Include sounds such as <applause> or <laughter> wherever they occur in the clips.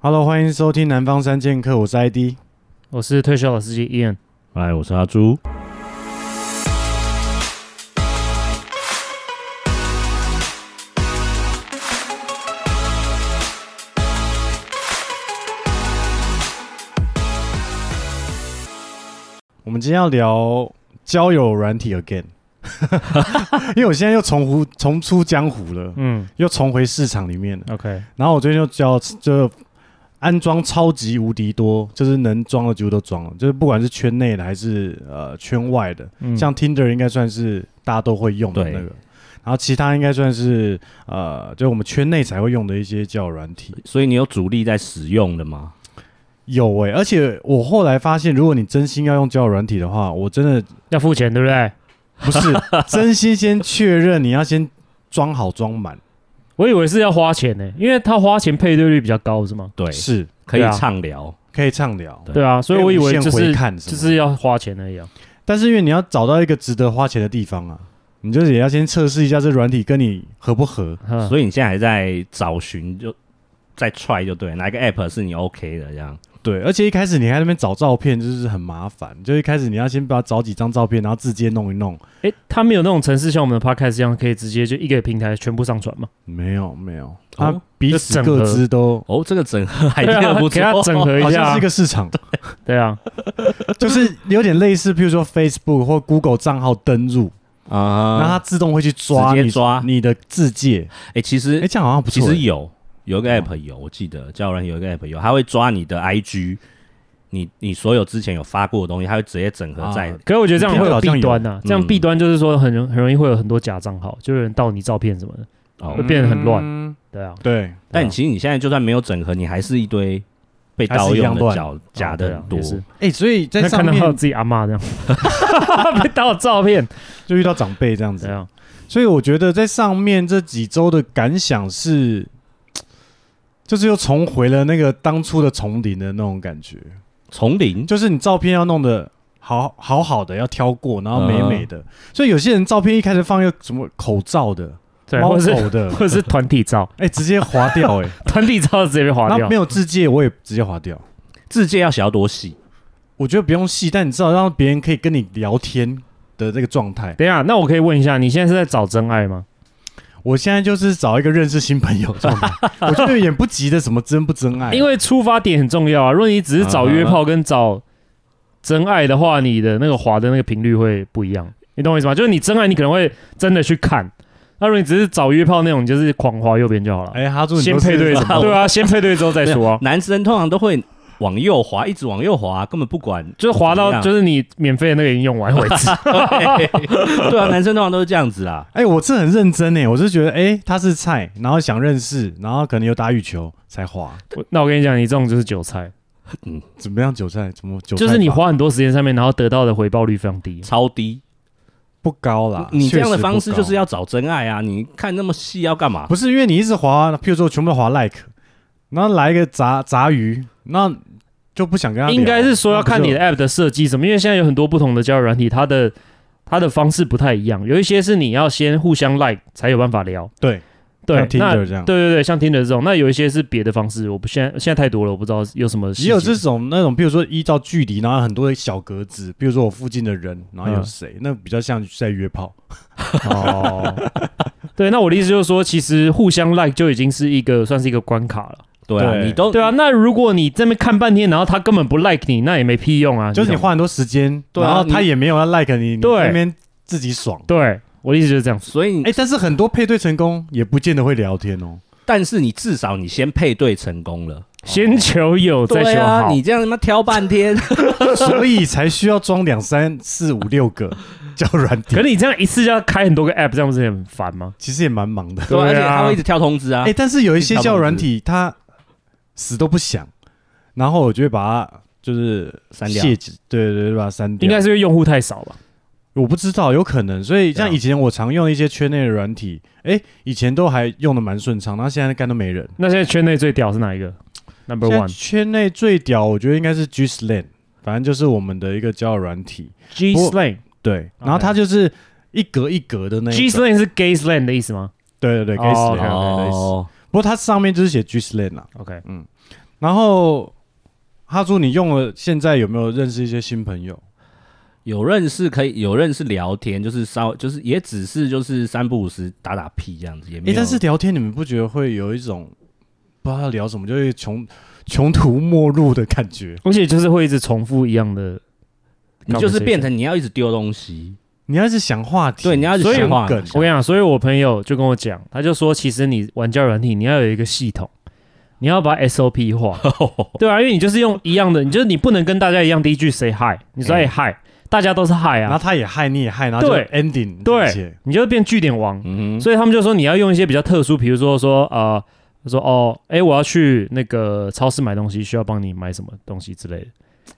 Hello，欢迎收听《南方三剑客》，我是 ID。我是退休老司机 Ian。哎，我是阿朱。我们今天要聊交友软体 again，因为我现在又重湖重出江湖了，嗯又重回市场里面了。 ，OK，然后我最近就教就安装超级无敌多，就是能装的几乎都装了，就是不管是圈内的还是呃圈外的，嗯像 Tinder 应该算是大家都会用的对那个。然后其他应该算是呃，就我们圈内才会用的一些交友软体。所以你有主力在使用的吗？有诶、而且我后来发现，如果你真心要用交友软体的话，我真的要付钱对不对？不 <laughs> 是真心先确认，你要先装好装满，我以为是要花钱呢、因为他花钱配对率比较高是吗？对，是可以对啊畅聊。可以畅聊。对对啊，所以我以为就可哎无限回是看什就么的是要花钱而已啊。但是因为你要找到一个值得花钱的地方啊，你就是也要先测试一下这软体跟你合不合。以所以你现在还在找寻，就在 try 就对，哪一个 app 是你 OK 的这样？对，而且一开始你还在那边找照片，就是很麻烦。就一开始你要先把它找几张照片，然后字接弄一弄。哎、他们有那种城市像我们的 Podcast 一样，可以直接就一个平台全部上传嘛？没有没有，哦它彼此各自都哦，这个整合 <laughs> 还对啊真不给他错，整合好一像下是一。个市场，对啊，就是有点类似，譬如说 Facebook 或 Google 账号登入，然后它啊。自动会去抓直接你抓你的字界。哎，其哎，实这样好像不其错实欸。有有一个嗯 app 有，我记得教人有一个 app 有，它会抓你的 IG，你你所有之前有发过的东西，它会直接整合在啊。可是我觉得这样会有弊端呐、嗯这样弊端就是说很容很容易会有很多假账号，就有人盗你照片什么的。哦会，变得很乱乱。对啊，对，但你其实你现在就算没有整合，你还是一堆被还是盗一样用的乱假假对的啊很多也。是哎，所以在那上看到面自己阿妈 <laughs> 这样 <laughs> 被盗照片，就遇到长辈这样子对。啊，所以我觉得在上面这几周的感想是，就是又重回了那个当初的丛林的那种感觉，丛林就是你照片要弄得好好好的，要挑过，然后美美嗯的。所以有些人照片一开始放一个什么口罩的、对，猫或者是口 <laughs> 的，或者是团体照，哎、直接划掉、哎，团体照直接被划然后掉没。有字界我也直接划掉。字界要写到多细？我觉得不用细，但你知道让别人可以跟你聊天的这个状态。等一下，那我可以问一下，你现在是在找真爱吗？我现在就是找一个认识新朋友的状 <laughs> 态，我就有点不急的什么真不真爱，因为出发点很重要哎啊。如果你只是找约炮跟找真爱的话，你的那个滑的那个频率会不一样，你懂我意思吗？就是你真爱，你可能会真的去看；那如果你只是找约炮那种，你就是狂滑右边就好了。哎，哈猪，你先都是配对什么？对啊，先配对之后再说啊。男生通常都会往右滑，一直往右滑，根本不管，就是滑怎么到样就是你免费的那个已经用完为 <laughs> 止。对啊，男生通常都是这样子啦。哎、我是很认真哎，我是觉得哎、他是菜，然后想认识，然后可能有打羽球才滑，我那我跟你讲，你这种就是韭菜，怎么样韭菜？怎么韭菜就法？是你花很多时间上面，然后得到的回报率非常低。啊超低，啊不高啦，你这样的方式嗯确实不高就是要找真爱啊！你看那么细要干嘛？不是因为你一直滑，譬如说全部都滑 like，然后来一个杂杂鱼，那就不想跟他聊应该是说要看你的哦那 app 的设计什么，因为现在有很多不同的交友软体，它的它的方式不太一样，有一些是你要先互相 like 才有办法聊，不就对像，对那 Tinder 这样，对对对，像听的这种，那有一些是别的方式，我不现在现在太多了，我不知道有什么细节，也有这种那种，譬如说依照距离，然后很多的小格子，比如说我附近的人，然后有嗯谁，那比较像在约 <laughs> 炮。哦，对，那我的意思就是说，其实互相 like 就已经是一个算是一个关卡了，对啊，对你都对啊，那如果你这边看半天，然后他根本不 like 你，那也没屁用啊，就是你懂吗花很多时间，对啊然后他你也没有要 like 你，你对在那边自己爽。对，我的意思就是这样子，所以你，哎、但是很多配对成功也不见得会聊天 <laughs> 哦。但是你至少你先配对成功了。先求有再对求啊，好，你这样他妈挑 <laughs> 半天，所以才需要装两三四五六个叫软体可，你这样一次就要开很多个 app，这样不是很烦吗？其实也蛮忙的。对 <laughs> 啊，而且对啊他会一直跳通知啊哎、。但是有一些叫软体，它死都不响，然后我就会把它就是删掉卸载对对对，把它删掉。应该是因为用户太少吧？我不知道，有可能。所以像对啊以前我常用一些圈内的软体，哎、以前都还用的蛮顺畅，然后现在干都没人。那现在圈内最屌是哪一个？Number 现在 one 圈内最屌，我觉得应该是 G Slan，反正就是我们的一个交友软体。 G 不 Slang。对，然后 OK 它就是一格一格的那一 G 种 Slang 是 Gay Slang 的意思吗？对对对啊哦，Gay Slang，、 OK，OK，类似哦，不过它上面就是写 G Slang 啊， ？OK，然后哈猪，你用了现在有没有认识一些新朋友？有认识可以有认识聊天，就是稍就是也只是就是三不五时打打屁这样子，也没诶，有。哎但是聊天你们不觉得会有一种不知道要聊什么，就会穷穷途末路的感觉？而且就是会一直重复一样的，你就是变。成你要一直丢 <laughs> 东西，你要是想话题，对，啊你要一直所以想话梗题，我跟你讲，所以我朋友就跟我讲，他就说，其实你玩交友软体，你要有一个系统，你要把 SOP 化，对啊，因为你就是用一样的，你就是你不能跟大家一样，第一句 say hi，你说哎哎 hi，大家都是 hi 然后啊，他也害，你也害，然后就对 ending 对这些你就会变据点王。嗯哼，所以他们就说你要用一些比较特殊，比如说说呃，说哦，哎，我要去那个超市买东西，需要帮你买什么东西之类的，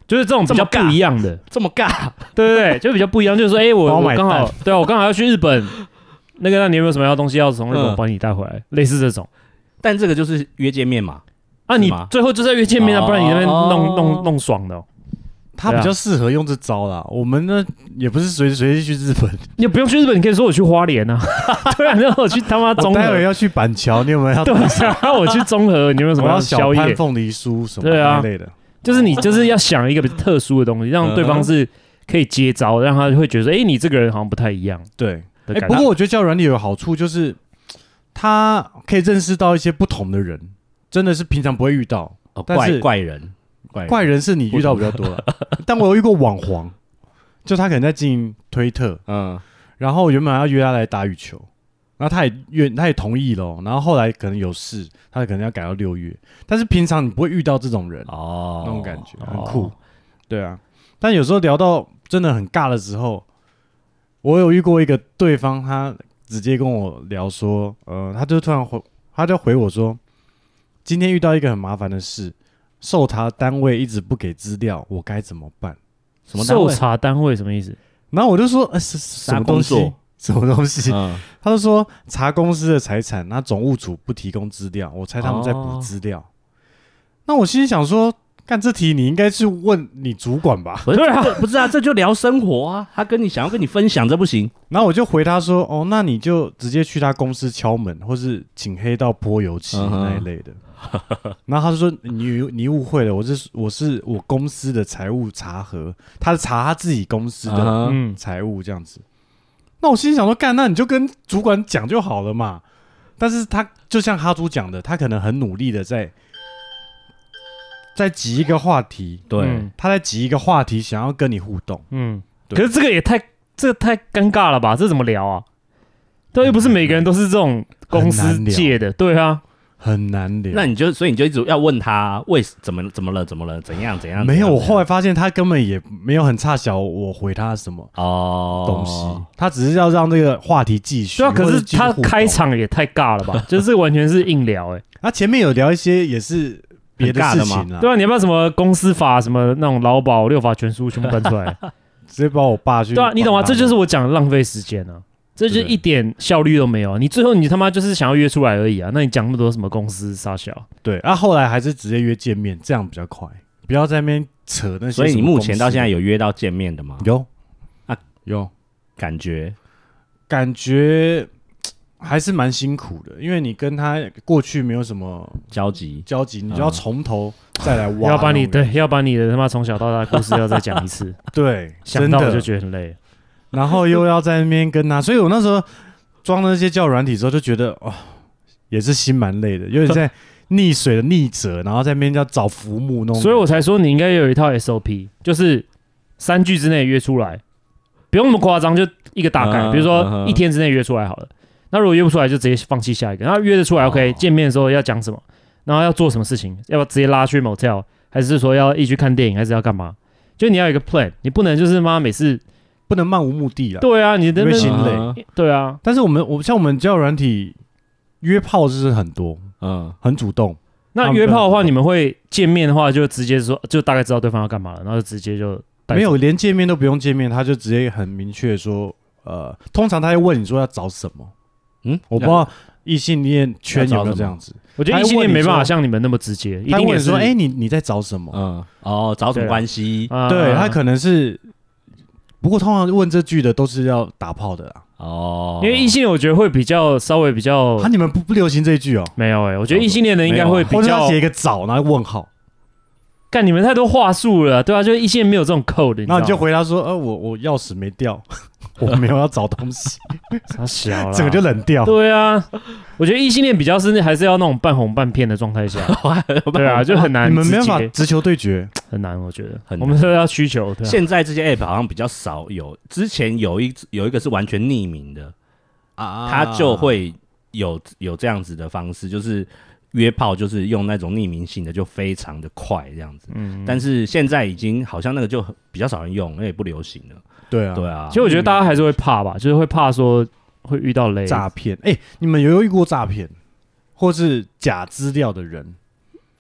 就是这种比较不这么尬一样的，这么尬， <laughs> 对对对，就比较不一样，就是说，哎，帮我我我买刚好，对啊，我刚好要去日本，那个，那你有没有什么要东西要从日本嗯帮你带回来，类似这种但这个就是约见面嘛，啊？是你吗最后就是要约见面啊，不然你那边弄哦弄弄爽的哦，他啊比较适合用这招啦。我们呢也不是随时随地去 <laughs> 日本，你不用去日本，你可以说我去花莲啊， <laughs> 对啊，那我去他妈我中待会和，要去板桥，你有没有要？对啊，我去中和，你有没有什我么啊要小宵夜潘？凤梨酥什么对啊那类的，就是你就是要想一个比较特殊的东西，让对方是可以接招，让他会觉得，哎、你这个人好像不太一样对。的哎、感不觉。过我觉得交友软体有个好处就是，它可以认识到一些不同的人，真的是平常不会遇到。哦，但怪是怪人，怪怪人是你遇到比较多 <laughs> 了，但我有遇过网黄，就他可能在经营推特，嗯，然后原本要约他来打羽球，然后他也愿他也同意了哦，然后后来可能有事，他可能要改到六月，但是平常你不会遇到这种人，哦，那种感觉很哦酷，对啊。但有时候聊到真的很尬的时候，我有遇过一个对方，他直接跟我聊说，呃，他就突然回，他就回我说，今天遇到一个很麻烦的事，受查单位一直不给资料，我该怎么办？什么单受位？查单位什么意思？然后我就说，呃，什什么啥工东西作？什么东西？ <laughs> 嗯，他就说查公司的财产，那总务组不提供资料，我猜他们在补哦资料。那我心里想说，干这题你应该去问你主管吧。 <laughs> 不是对啊这不是啊，这就聊生活啊，他跟你想要跟你分享，这不行，然后我就回他说：“哦，那你就直接去他公司敲门，或是请黑道泼油漆嗯哼那一类的。 <laughs> 然后他就说：“你你误会了，我是我是我公司的财务查核，他是查他自己公司的嗯嗯，财务这样子。那我心里想说：“干，那你就跟主管讲就好了嘛。”但是他就像哈猪讲的，他可能很努力的在在挤一个话题，对嗯，他在挤一个话题，想要跟你互动。嗯，对可是这个也太这个太尴尬了吧？这怎么聊啊？对，又不是每个人都是这种公很司难聊界的，对啊，很难聊。那你就所以你就一直要问他为怎么怎么了，怎么了，怎样怎样？没有，怎样我后来发现他根本也没有很差小，我回他什么哦东西，他只是要让这个话题继续。对啊。可或者是继续他互动开，场也太尬了 <laughs> 吧？就是完全是硬聊、哎，他前面有聊一些也是别的很尬事的吗情啊，对啊，你要不要什么公司法什么那种劳保六法全书全部搬出来？直接把我爸去。对啊，你懂吗？这就是我讲的浪费时间啊，这就是一点效率都没有啊！你最后你他妈就是想要约出来而已啊！那你讲那么多什么公司傻小？对。啊，后来还是直接约见面，这样比较快，不要在那边扯那些。所以你目前到现在有约到见面的吗？有啊有感觉感觉嘖还是蛮辛苦的，因为你跟他过去没有什么交集，交集，你就要嗯从头再来挖。 <laughs> 要把你对，要把你的他妈从小到大的故事要再讲一次，对，想真到的我就觉得很累。然后又要在那边跟他，所以我那时候装那些教软体之后，就觉得哦，也是心蛮累的，有点在溺水的溺者，然后在那边要找浮木弄。所以我才说你应该有一套 SOP，就是三句之内约出来，不用那么夸张，就一个大概，嗯比如说嗯一天之内约出来好了。那如果约不出来，就直接放弃下一个。那约得出来哦，OK，见面的时候要讲什么，然后要做什么事情，要不要直接拉去 motel，还是说要一起去看电影，还是要干嘛？就你要有一个 plan，你不能就是妈每次不能漫无目的了，对啊，你的因为心那累。对啊，但是我们我像我们教软体约炮就是很多，嗯，很主动，那约炮的话，你们会见面的话，就直接说，就大概知道对方要干嘛了，然后就直接就带走没有连见面都不用见面，他就直接很明确说，呃，通常他会问你说要找什么，嗯，我不知道异性恋圈有没有这样子，我觉得他异会性恋问没你办法说像你们那么直接，一他定问也你是说，哎，你你在找什么？嗯，哦，找什么关系？啊对啊他可能是，不过通常问这句的都是要打炮的啦。哦，因为 <laughs> 异性恋我觉得会比较稍微比较欸啊，你们不不流行这一句哦？没有哎、我觉得异性恋的应该会比或者较他写一个找，然后问号，干你们太多话术了，对啊，就是一线没有这种 code，你知然道后吗你就回答说，呃，我我钥匙没掉， <laughs> 我没有要找东 <laughs> 西，傻小 <laughs> 了，整个就冷掉。对啊，我觉得异性恋比较是还是要那种半红半骗的状 <laughs> 态下，对啊，就很难你们没办直法接，直球对决，很难，我觉得很我难们都要需求，对啊现在这些 app 好像比较少有，之前有一有一个是完全匿名的，啊他就会有有这样子的方式，就是约炮，就是用那种匿名性的，就非常的快这样子。嗯，但是现在已经好像那个就很比较少人用，那哎也不流行了。对啊，对啊，嗯其实我觉得大家还是会怕吧，就是会怕说会遇到雷，诈骗。哎，你们有遇过诈骗或是假资料的人？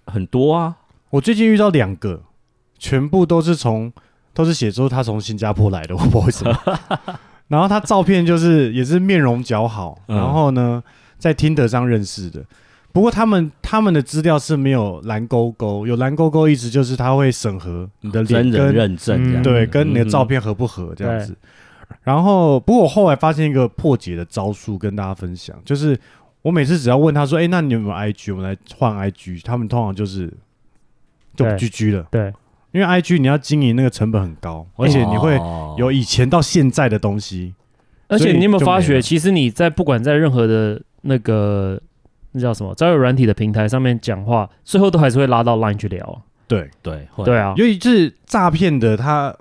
很多啊，我最近遇到两个，全部都是从都是写说他从新加坡来的，我不知道为什么。 <laughs> 然后他照片就是也是面容姣好，嗯然后呢在听得上认识的。不过他们他们的资料是没有蓝勾勾，有蓝勾勾意思就是他会审核你的脸真人跟认嗯证这样子，哦对跟你的照片合不合这样子。然后不过我后来发现一个破解的招数跟大家分享，就是我每次只要问他说：“哎，那你有没有 IG？我们来换 IG。”他们通常就是就对 GG 了。对，因为 IG 你要经营那个成本很高，嗯，而且你会哦有以前到现在的东西。而且你有没有发所以就没觉，了其实你在不管在任何的那个那叫什么交友软体的平台上面讲话，最后都还是会拉到 Line 去聊啊，对，对会对啊，尤其是诈骗的他，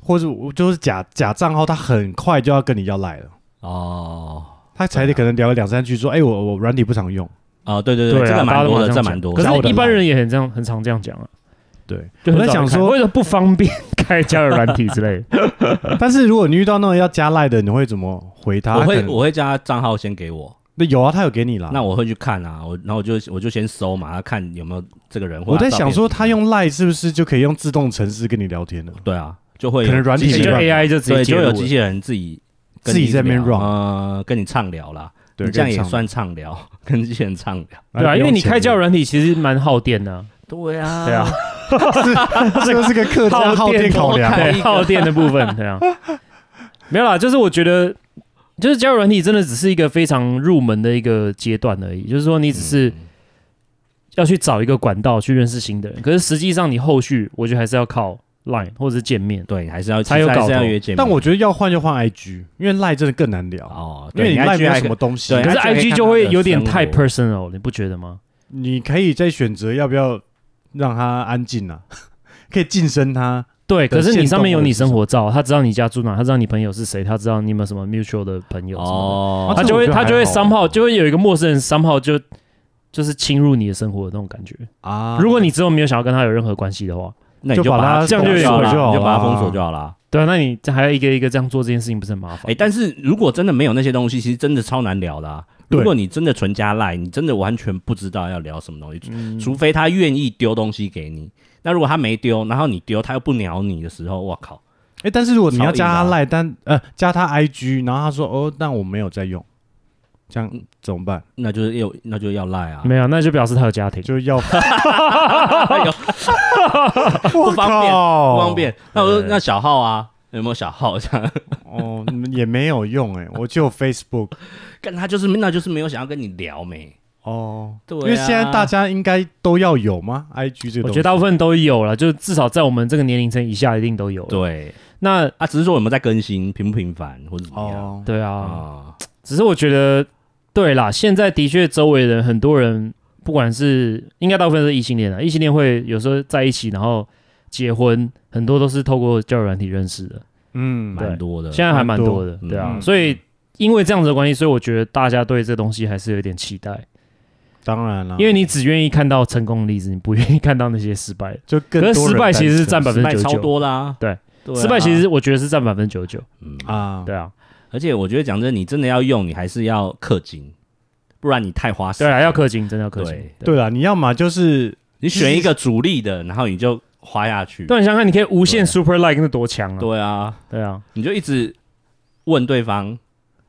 或者我就是假假账号，他很快就要跟你要赖了，哦他才对啊可能聊两三句说：“哎，我我软体不常用。哦，对对对啊，这个大家蛮都多马上的，这讲蛮多可的。加我的是，一般 line 人也很这样，很常这样 <laughs> 讲啊。”对，就我在很少想看说，为了不方便开交友软体之类 <laughs> 的， <laughs> 但是如果你遇到那种要加赖的，你会怎么回他？我他会可能我会叫他账号先给我，那有啊，他有给你啦。那我会去看啊，我然后我就我就先搜嘛，看有没有这个人。或我者在照片想说，他用赖是不是就可以用自动程式跟你聊天了？对啊，就会有可能软体机器没就办法人 AI 就直接对，介就入有了机器人自己跟自己你在那边聊 run 呃，跟你畅聊啦，对，你这样跟也你唱算畅聊， <laughs> 跟机器人畅聊。对啊，因为你开交 <laughs> 友人，软体其实蛮耗电的啊，对啊对啊，这个是个客家耗电考量。啊多开对耗电的部分，对 <laughs> 啊，没有啦，就是我觉得，就是交友软体真的只是一个非常入门的一个阶段而已，就是说嗯你只是要去找一个管道去认识新的人，可是实际上你后续我觉得还是要靠 Line 或者是见面，对，你还是要才有其实还搞是要头约见面。但我觉得要换就换 IG，因为赖真的更难聊，哦，因对为你赖没 IG 有还什么东西对。可是啊还可以 IG 看就他会的有点生太活 personal，你不觉得吗？你可以再选择要不要让他安静啊， <laughs> 可以晋升他。对，可是限你上面动有或者你是生什活照，他知道你家住哪，他知道你朋友是谁，他知道你有没有什么 mutual 的朋友什么的哦，他这就我会觉得他还就会好三号，就会有一个陌生人三号就就是侵入你的生活的那种感觉。啊如果你之后没有想要跟他有任何关系的话，那你就把把它它这样就封有锁了就好你就把它啦封锁就好啦。对啊，那你这还要一个一个这样做这件事情，不是很麻烦？哎，但是如果真的没有那些东西，其实真的超难聊的啊。对如果你真的纯加赖，你真的完全不知道要聊什么东西，嗯除非他愿意丢东西给你。那如果他没丢，然后你丢，他又不鸟你的时候，我靠！哎，但是如果你要加他超硬的赖，但呃加他 IG，然后他说哦，但我没有在用，这样怎么办？那就是要那就要赖啊，没有，那就表示他有家庭。 <laughs> 就要哎呦不方便不方便。那我说哦对那小号啊，有没有小号这样？ <laughs> 哦，你们也没有用 <laughs> 哎，我就有 Facebook 但他就是那就是没有想要跟你聊没，哦，对因啊、为现在大家应该都要有吗？IG 这个我东觉西得大部分都有了，就至少在我们这个年龄层以下一定都有了。对那啊，只是说有没有在更新，频不频繁或者怎么样哦，对啊，啊？只是我觉得，对啦，现在的确周围人很多人，不管是应该大部分是异性恋啊，异性恋会有时候在一起，然后结婚，很多都是透过交友软体认识的，嗯，蛮、多的。现在还蛮多的，蛮多对啊，嗯所以因为这样子的关系，所以我觉得大家对这东西还是有点期待，当然了，因为你只愿意看到成功的例子，你不愿意看到那些失败的，就更可是多人失败其实是占百单分之失败九超十九，多啦，对对啊失败其实我觉得是占百分之九十九，嗯身啊，对啊，而且我觉得讲真，你真的要用，你还是要氪金，不然你太花时对间。啊，要氪金，真的要氪金对，对啦，你要么就是你选一个主力的，然后你就花下去。对，你啊想想看，你可以无限对啊 super like 那多强啊，对啊，对嗯啊，你就一直问对方，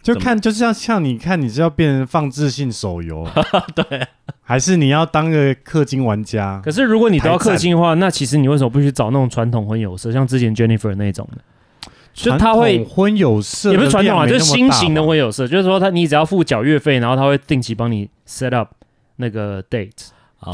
就怎么看，就像像你看，你是要变成放置性手游， <laughs> 对，还是你要当个氪金玩家可？是如果你都要排站氪金的话，那其实你为什么不去找那种传统婚友社，像之前 Jennifer 那种的，就他会传统婚友社也不是传统啊，的就量是没那么新型的大吧婚友社，就是说他你只要付缴月费，然后他会定期帮你 set up 那个 date，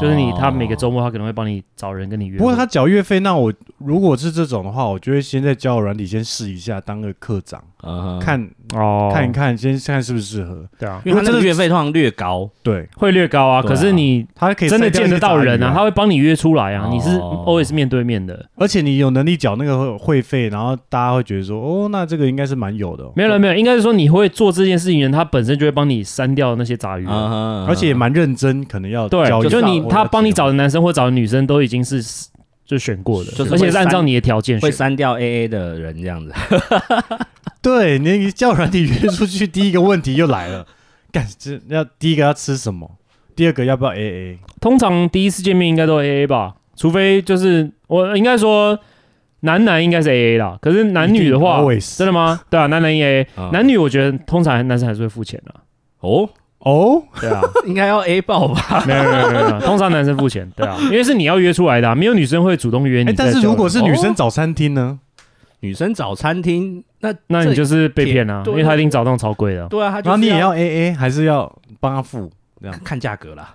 就是你他每个哦周末他可能会帮你找人跟你约会。不过他缴月费，那我如果是这种的话，我就会先在交友软体先试一下，当个课长，嗯哼看哦看一看，先看是不是适合。对啊，因为他如果那真个的月费通常略高，对会略高啊，对啊可是你他可以真的筛掉一见些得到人杂鱼啊，他会帮你约出来啊，哦你是 always 面对面的。而且你有能力缴那个会费，然后大家会觉得说，哦，那这个应该是蛮有的哦、没有了，没有，应该是说你会做这件事情的人，他本身就会帮你删掉那些杂鱼啊。而而且也蛮认真，可能要对交，易就你我他帮你找的男生或找的女生都已经是就选过的就，是而且是按会照删你的条件会选。删掉 AA 的人这样 <laughs> 子， <laughs> 对你叫软体约出去，第一个问题又来了， <laughs> 干这要第一个要吃什么，第二个要不要 AA？通常第一次见面应该都 A A 吧，除非就是我应该说男男应该是 A A 啦，可是男女的话一定 always 真的吗？对啊，男男 A A，、嗯男女我觉得通常男生还是会付钱的、啊哦，哦，对啊，应该要 A 爆吧？没有没有没有没有，通常男生付钱，对啊，因为是你要约出来的、啊，没有女生会主动约你哎，在交但友。是如果是女生哦找餐厅呢？女生找餐厅，那那你就是被骗了、啊这因对为他一定找那种超贵 <laughs> 的，对啊，他就然后是你也要 AA，还是要帮他付？看价格啦。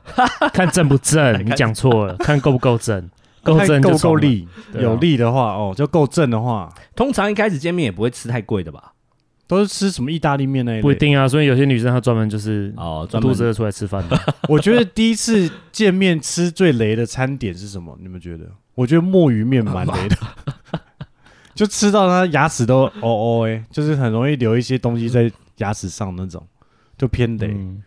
看正不正，你讲错了，看够不够正，够看正就够不爽够了，力，对啊有力的话哦，就够正的话，通常一开始见面也不会吃太贵的吧？都是吃什么意大利面那一类。啊不一，定啊，所以有些女生她专门就是哦，专肚门子饿出来吃饭 <laughs> 的，我觉得第一次见面吃最雷的餐点是什么？你们觉得？我觉得墨鱼面蛮雷 <laughs> 的，就吃到他牙齿都哦哦哎，就是很容易留一些东西在牙齿上那种，就偏雷。嗯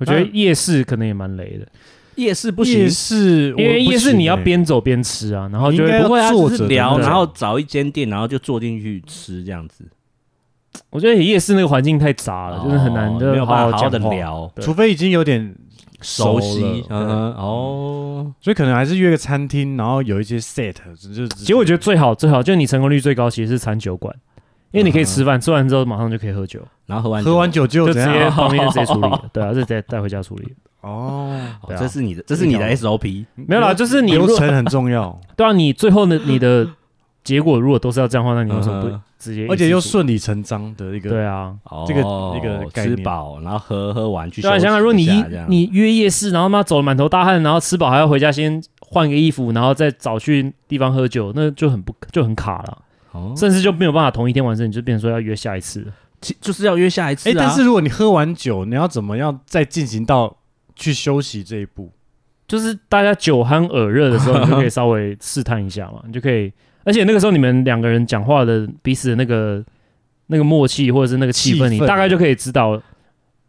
我觉得夜市可能也蛮雷的，夜市不行夜，市，因为我不夜市行你要欸边走边吃啊，然后就应该会要不会啊，坐就着是的聊，对然后找一间店，然后就坐进去吃这样子，我觉得夜市那个环境太杂了，啊就是很难哦就没有好办法好讲的话。聊，对除非已经有点熟了悉，对嗯哼哦，所以可能还是约个餐厅，然后有一些 set，就就其实我觉得最好最好就是你成功率最高，其实是餐酒馆，因为你可以吃饭，吃完之后马上就可以喝酒，然后喝完喝完酒，酒嗯就就怎直接样旁边就直接处理 <laughs> 了，对啊，就直接带回家处理。哦，哦对啊这是你的，这是你的这 SOP，嗯没有啦，就是你如流果程很重要，对啊，你最后呢，你的结果如果都是要这样的话，那你为什么嗯不哼直接一起煮？而且又顺理成章的一个对啊，哦这个一个概吃念饱，然后喝喝完去休对息啊，一下。想想如果你一这样你约夜市，然后妈走了满头大汗，然后吃饱还要回家先换个衣服，然后再找去地方喝酒，那就很不就很卡了，哦，甚至就没有办法同一天完成，你就变成说要约下一次了。其就是要约下一次哎、啊。但是如果你喝完酒，你要怎么样再进行到去休息这一步？就是大家酒酣耳热的时候，你就可以稍 <laughs> 微试探一下嘛，你就可以。而且那个时候你们两个人讲话的彼此的那个那个默契或者是那个气氛，气你氛大概就可以知道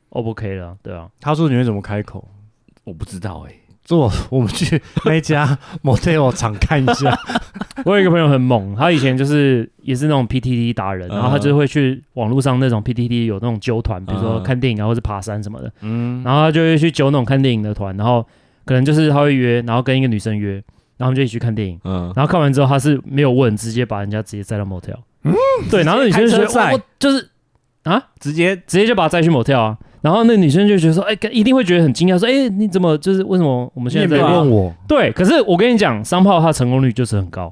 O 不 OK 了，对啊。他说你会怎么开口？我不知道哎，坐，我们去那一家 motel 厂看一下。 <laughs> 我有一个朋友很猛，他以前就是也是那种 PTT 达人，嗯然后他就会去网络上那种 PTT 有那种揪团，比如说嗯看电影啊，或是爬山什么的，嗯，然后他就会去揪那种看电影的团，然后可能就是他会约，然后跟一个女生约，然后他们就一起去看电影，嗯，然后看完之后他是没有问，直接把人家直接载到 motel，对，然后那女生就直觉得接嗯开车载哇我就是直接直接就把他载去 motel 啊，然后那女生就觉得说，哎、一定会觉得很惊讶，说，哎、你怎么就是为什么我们你现也在没有在对啊问我，对，可是我跟你讲，商炮它成功率就是很高，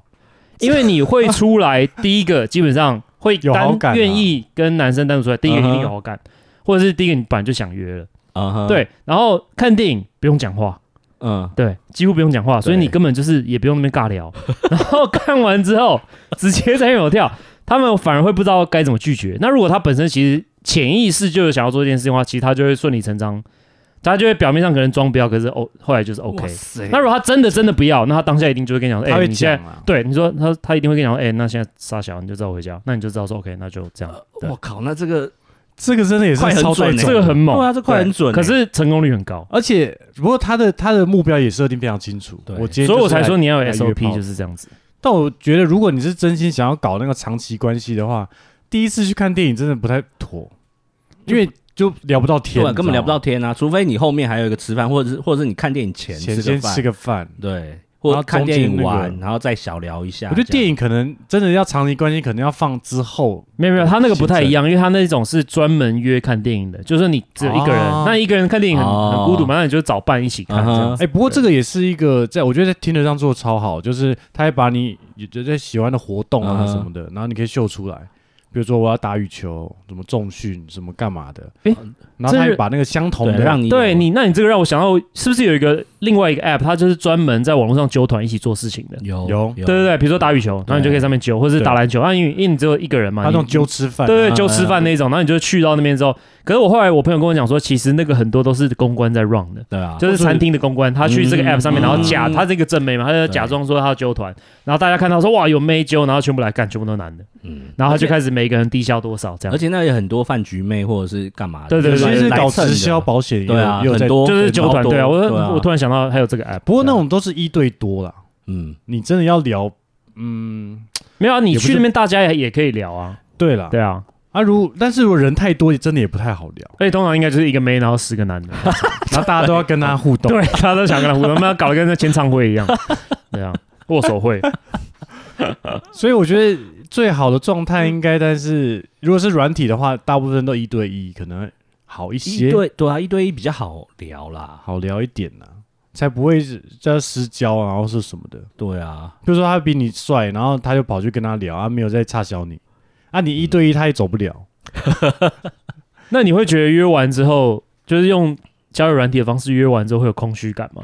因为你会出来，第一个基本上会有好单感啊愿意跟男生单独出来，第一个一嗯哼定有好感，或者是第一个你本来就想约了，啊嗯哈，对。然后看电影不用讲话，嗯，对，几乎不用讲话，所以对你根本就是也不用那边尬 <laughs> 聊。然后看完之后直接在有跳，他们反而会不知道该怎么拒绝。那如果他本身其实潜意识就有想要做这件事情的话，其实他就会顺理成章，他就会表面上可能装不要，可是哦后来就是哇 OK。塞那如果他真的真的不要，那他当下一定就会跟你讲说，哎、他会你现在讲啊。对你说他他一定会跟你讲说，哎、那现在傻小，你就知道我回家，那你就知道说 OK，那就这样，对我靠，那这个这个真的也是快很超准带欸走这个的很猛，对啊呃这快很准欸可是成功率很高，而且不过他的他的目标也设定非常清楚。对我今天所以我才就是来说你要有来约炮 SOP 就是这样子。但我觉得，如果你是真心想要搞那个长期关系的话，第一次去看电影真的不太妥，因为就聊不到天对，啊，根本聊不到天天啊，除非你后面还有一个吃饭，或者是或者是你看电影前前个先饭吃，个饭。对，或然后者看中电间影那个完，然后再小聊一下。我觉得这样嗯电影可能真的要长期关系，可能要放之后。没有没有，他那个不太行程一样，因为他那种是专门约看电影的，就是说你只有一个人，哦那一个人看电影很、哦很孤独嘛，那你就找伴一起看这样嗯子。哎、不过这个也是一个在我觉得在听得上做的超好，就是他会把你有在喜欢的活动啊嗯哼什么的，然后你可以秀出来。比如说我要打羽球，什么重训，什么干嘛的，诶然后这他是也把那个相同对，的让你你对你，那你这个让我想到，是不是有一个另外一个 app，它就是专门在网络上揪团一起做事情的？有有对对对，比如说打羽球，然后你就可以上面揪，或者是打篮球，啊，因为因为你只有一个人嘛，他那种你揪吃饭，啊对对，嗯就吃饭那种，然后你就去到那边之后，可是我后来我朋友跟我讲说，其实那个很多都是公关在 run 的，对啊，就是餐厅的公关，他去这个嗯 app 上面，然后假嗯他是一个正妹嘛，他就假装说他要揪团，然后大家看到说哇有妹揪，然后全部来干，全部都男的，嗯，然后他就开始每个人低消多少这而样，且那有很多饭局妹或者是干嘛的，对对对其对实来搞蹭直的销保险也有对啊，也有在很，多就是揪团超多对啊，对我我突然想到还有这个 app，不过那种都是一对多啦。嗯，你真的要聊，嗯，没有啊，你也不去是那边大家也也可以聊啊，对啦，对 <laughs> 啊，啊，如但是如果人太多，真的也不太好聊， <laughs> 而且通常应该就是一个妹，然后十个男的，然后大家都要跟他互动，对，他都想跟他互动，他们要搞得跟那签唱会一样，对啊，握手会，所以我觉得最好的状态应该，但是如果是软体的话，大部分都一对一，可能好一一些，对对啊，一对一比较好聊啦，好聊一点啦，才不会是叫私交啊，然后是什么的。对啊，比如说他比你帅，然后他就跑去跟他聊，啊，没有在差小你，啊，你一对一他也走不了，那你会觉得约完之后，就是用交友软体的方式约完之后会有空虚感吗？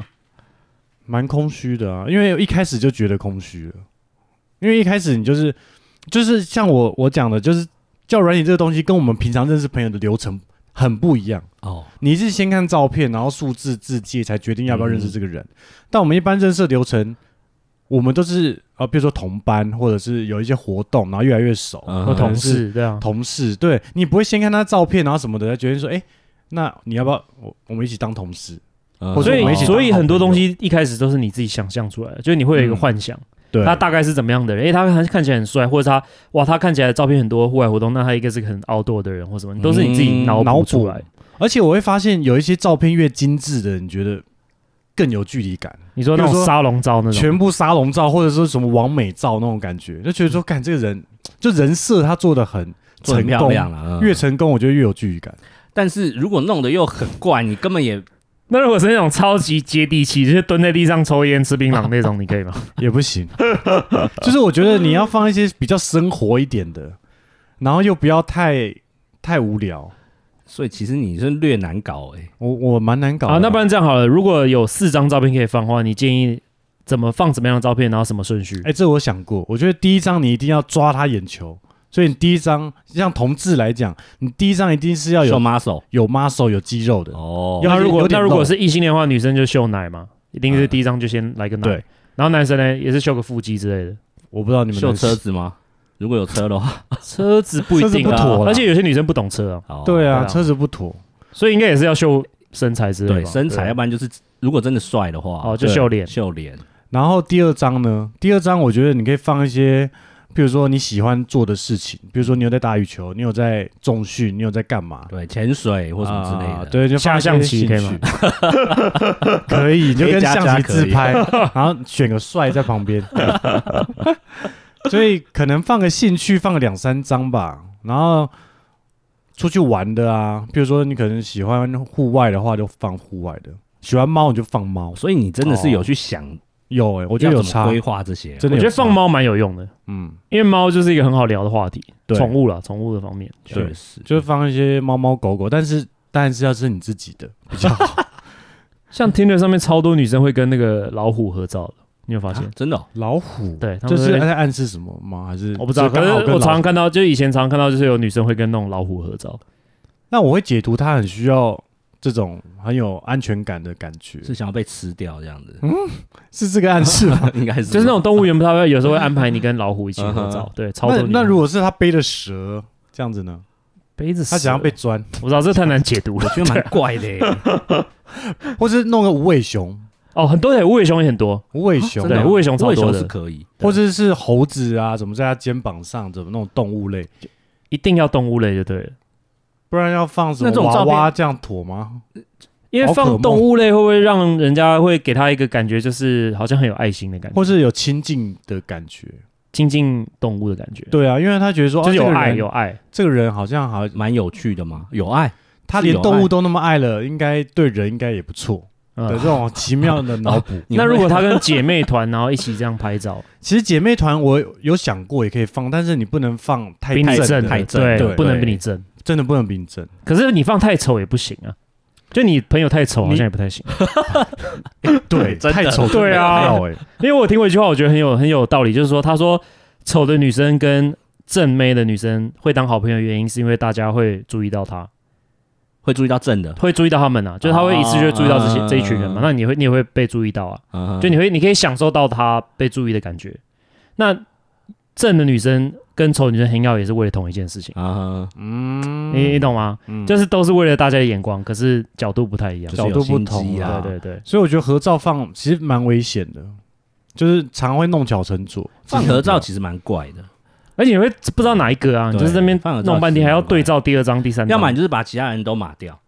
蛮空虚的啊，因为一开始就觉得空虚了，因为一开始你就是就是像我我讲的，就是叫软体这个东西跟我们平常认识朋友的流程很不一样。哦，你是先看照片，然后数字字界才决定要不要认识这个人。但我们一般认识的流程，我们都是啊，比如说同班，或者是有一些活动，然后越来越熟，嗯或和者同呃是事对啊，同事，对你不会先看他照片，然后什么的，再决定说，哎、那你要不要我我们一起当同事？嗯或者所是我们以一起所以当好很多朋东友西一开始都是你自己想象出来的，就是你会有一个幻想，嗯对，他大概是怎么样的人？诶，他看看起来很帅，或者他哇，他看起来照片很多户外活动，那他一个是个很 outdoor 的人或什么，都是你自己嗯脑脑补补出来。而且我会发现有一些照片越精致的，你觉得更有距离感，你说那比如种说沙龙照那种，全部沙龙照或者说什么完美照那种感觉，就觉得说，看这个人就人设他做的很做得成很漂功，亮了，嗯越成功我觉得越有距离感。但是如果弄得又很怪，你根本也那如果是那种超级接地气，就是蹲在地上抽烟吃槟榔那种，你可以吗？也不行。就是我觉得你要放一些比较生活一点的，然后又不要太太无聊。所以其实你是略难搞哎、我我蛮难 <laughs> 搞的啊，那不然这样好了，如果有四张照片可以放的话，你建议怎么放怎么样的照片，然后什么顺序？哎、这我想过，我觉得第一张你一定要抓他眼球，所以你第一张像同志来讲，你第一张一定是要秀有 muscle 有 muscle 有肌肉的，哦要那如果有点那如果肉是异性恋的话，女生就秀奶嘛，一定是第一张就先来个奶。对，然后男生呢也是秀个腹肌之类的。我不知道你们秀能车子吗？如果有车的话，车子不一车子定不啊妥，啦而且有些女生不懂车啊，哦对啊，对啊车子不妥，所以应该也是要秀身材之类的对吧。身材，要对不然就是如果真的帅的话，哦，就对秀脸。秀脸，然后第二张呢？第二张我觉得你可以放一些，比如说你喜欢做的事情，比如说你有在打羽球，你有在重训，你有在干嘛对潜水或什么之类的，啊对，就放一些下象棋兴可以趣可以，你就可跟以加象加棋可自以拍，然后选个帅在旁边。所以可能放个兴趣，放个两三张吧，然后。出去玩的啊，比如说你可能喜欢户外的话，就放户外的；喜欢猫，你就放猫。所以你真的是有去想，有哎、我我觉得有差，规划这些，啊真的我有觉得差放，猫蛮有用的，嗯，因为猫就是一个很好聊的话题。对宠物啦，宠物的方面，确实就是放一些猫猫狗狗，但是当然是要是你自己的比较好。像嗯 Tinder 上面超多女生会跟那个老虎合照的，你有发现啊？真的哦老虎，对，他这们是会在暗示什么吗？还是我不知道，就可刚是好跟我常老常虎看到，就是以前常看到，就是有女生会跟那种老虎合照。那我会解读他很需要这种很有安全感的感觉，是想要被吃掉这样子，是这个暗示吗？ <laughs> 应该是就是那种动物园，不它会有时候会安排你跟老虎一起合嗯照哼，对，超多那女生。那如果是他背着蛇这样子呢？杯子，他想要被，钻，我知道这太难解读我了。觉得蛮怪 <laughs> 的耶，嗯或是弄个无尾熊，哦，很多的无尾熊也很多，无尾熊，啊真的对，哦无尾熊无超尾多熊是的，可以，或者是猴子啊，怎么在他肩膀上，怎么那种动物类，一定要动物类就对了。不然要放什么那这种娃照片娃这样妥吗？因为宝可放梦动物类会不会让人家会给他一个感觉，就是好像很有爱心的感觉，或是有亲近的感觉？亲近动物的感觉，对啊，因为他觉得说，就是有啊这个爱人有爱。这个人好像好，蛮有趣的嘛，有爱他是有连动爱物都那么爱了，应该对人应该也不错。嗯的这种奇妙的脑补。你那会如 <laughs> 果她跟姐妹团，然后一起这样拍照，其实姐妹团我有有想过也可以放，但是你不能放 <laughs> 太比你正正的，太的，正对对，不能比对你正。真的不能比你正。可是你放太丑也不行啊，就你朋友太丑好你像也不太行。对，真的太丑就对啊没有要欸因为我听过一句话，我觉得很有很有道理，就是说，他说丑的女生跟正妹的女生会当好朋友，原因是因为大家会注意到她，会注意到正的，会注意到她们啊，就是他会一次就注意到这些、啊嗯这一群人嘛，那你会你也会被注意到啊，就你会你可以享受到她被注意的感觉。那正的女生跟丑女生 hang out 也是为了同一件事情，啊， <laughs> 嗯，你你懂吗？嗯就是都是为了大家的眼光，可是角度不太一样就。角是度有不心同机啊啊，对对对，所以我觉得合照放其实蛮危险的，就是常会弄巧成拙。放合照其实蛮怪的，而且你会不知道哪一个啊，你对就是这边放了照弄半天，片还要嘛对照第二张、第三张，要么你就是把其他人都码掉，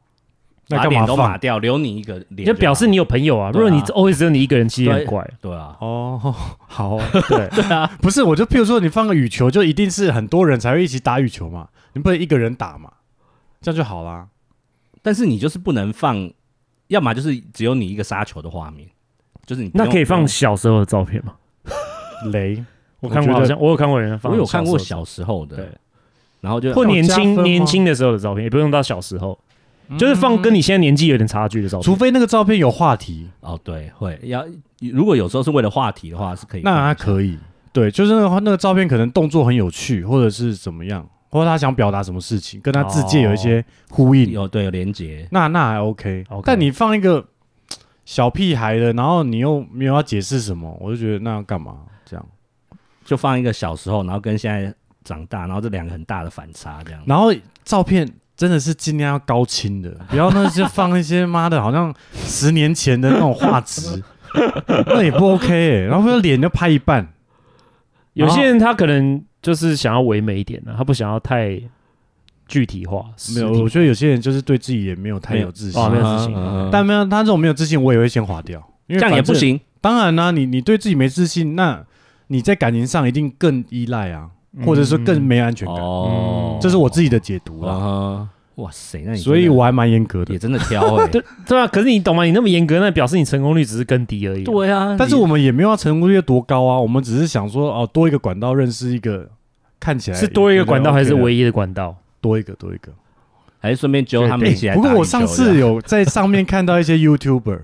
那把干嘛脸都码放？掉，留你一个脸，就表示你有朋友啊。对如啊果你 always 只有你一个人，其实也很怪。对啊，哦， <laughs> 好哦，对，不是，我就譬如说你放个羽球，就一定是很多人才会一起打羽球嘛，你不能一个人打嘛，这样就好啦。但是你就是不能放，要么就是只有你一个杀球的画面，就是你不那用可以放，小时候的照片吗？雷， <laughs> 我看我觉过，得好像我有看过有人放，我有看过小时候的对，然后就或年这样加分轻吗年轻的时候的照片，也不用到小时候，就是放跟你，你现在年纪有点差距的照除片。非那个照片有话题，哦对，会要如果有时候是为了话题的话是可以放，那还可以。对，就是那个那个照片可能动作很有趣，或者是怎么样，或者他想表达什么事情，跟他自介有一些呼应，有对有连接，那那还 OK。哦 OK 但你放一个嘖小屁孩的，然后你又没有要解释什么，我就觉得那要干嘛这样？嗯就放一个小时候，然后跟现在长大，然后这两个很大的反差这样。然后照片真的是尽量要高清 <laughs> 的，不要那些放一些妈的，好像十年前的那种画质，那也不 OK、欸。然后不是脸就拍一半，有些人他可能就是想要唯美一点的，啊他不想要太具体化。没实有，体我觉得有些人就是对自己也没有太有自信。哦没有自信嗯嗯嗯但没有他这种没有自信，我也会先划掉，因为这样也反不正。行。当然啦、你你对自己没自信，那你在感情上一定更依赖啊，或者说更嗯没安全感。哦这是我自己的解读啦，啊，哇塞，那你所以真的我还蛮严格也的。真的挑 <laughs> 哎，对对啊，可是你懂吗？你那么严格，那表示你成功率只是更低而已。，对啊，但是你我们也没有要成功率有多高啊，我们只是想说哦，多一个管道认识一个，看起来是多一个管道还是唯一一的管道？啊多一个多一个？还是顺便揪他们一起来哎打不羽球这样。过我上次有在上面看到一些 YouTuber，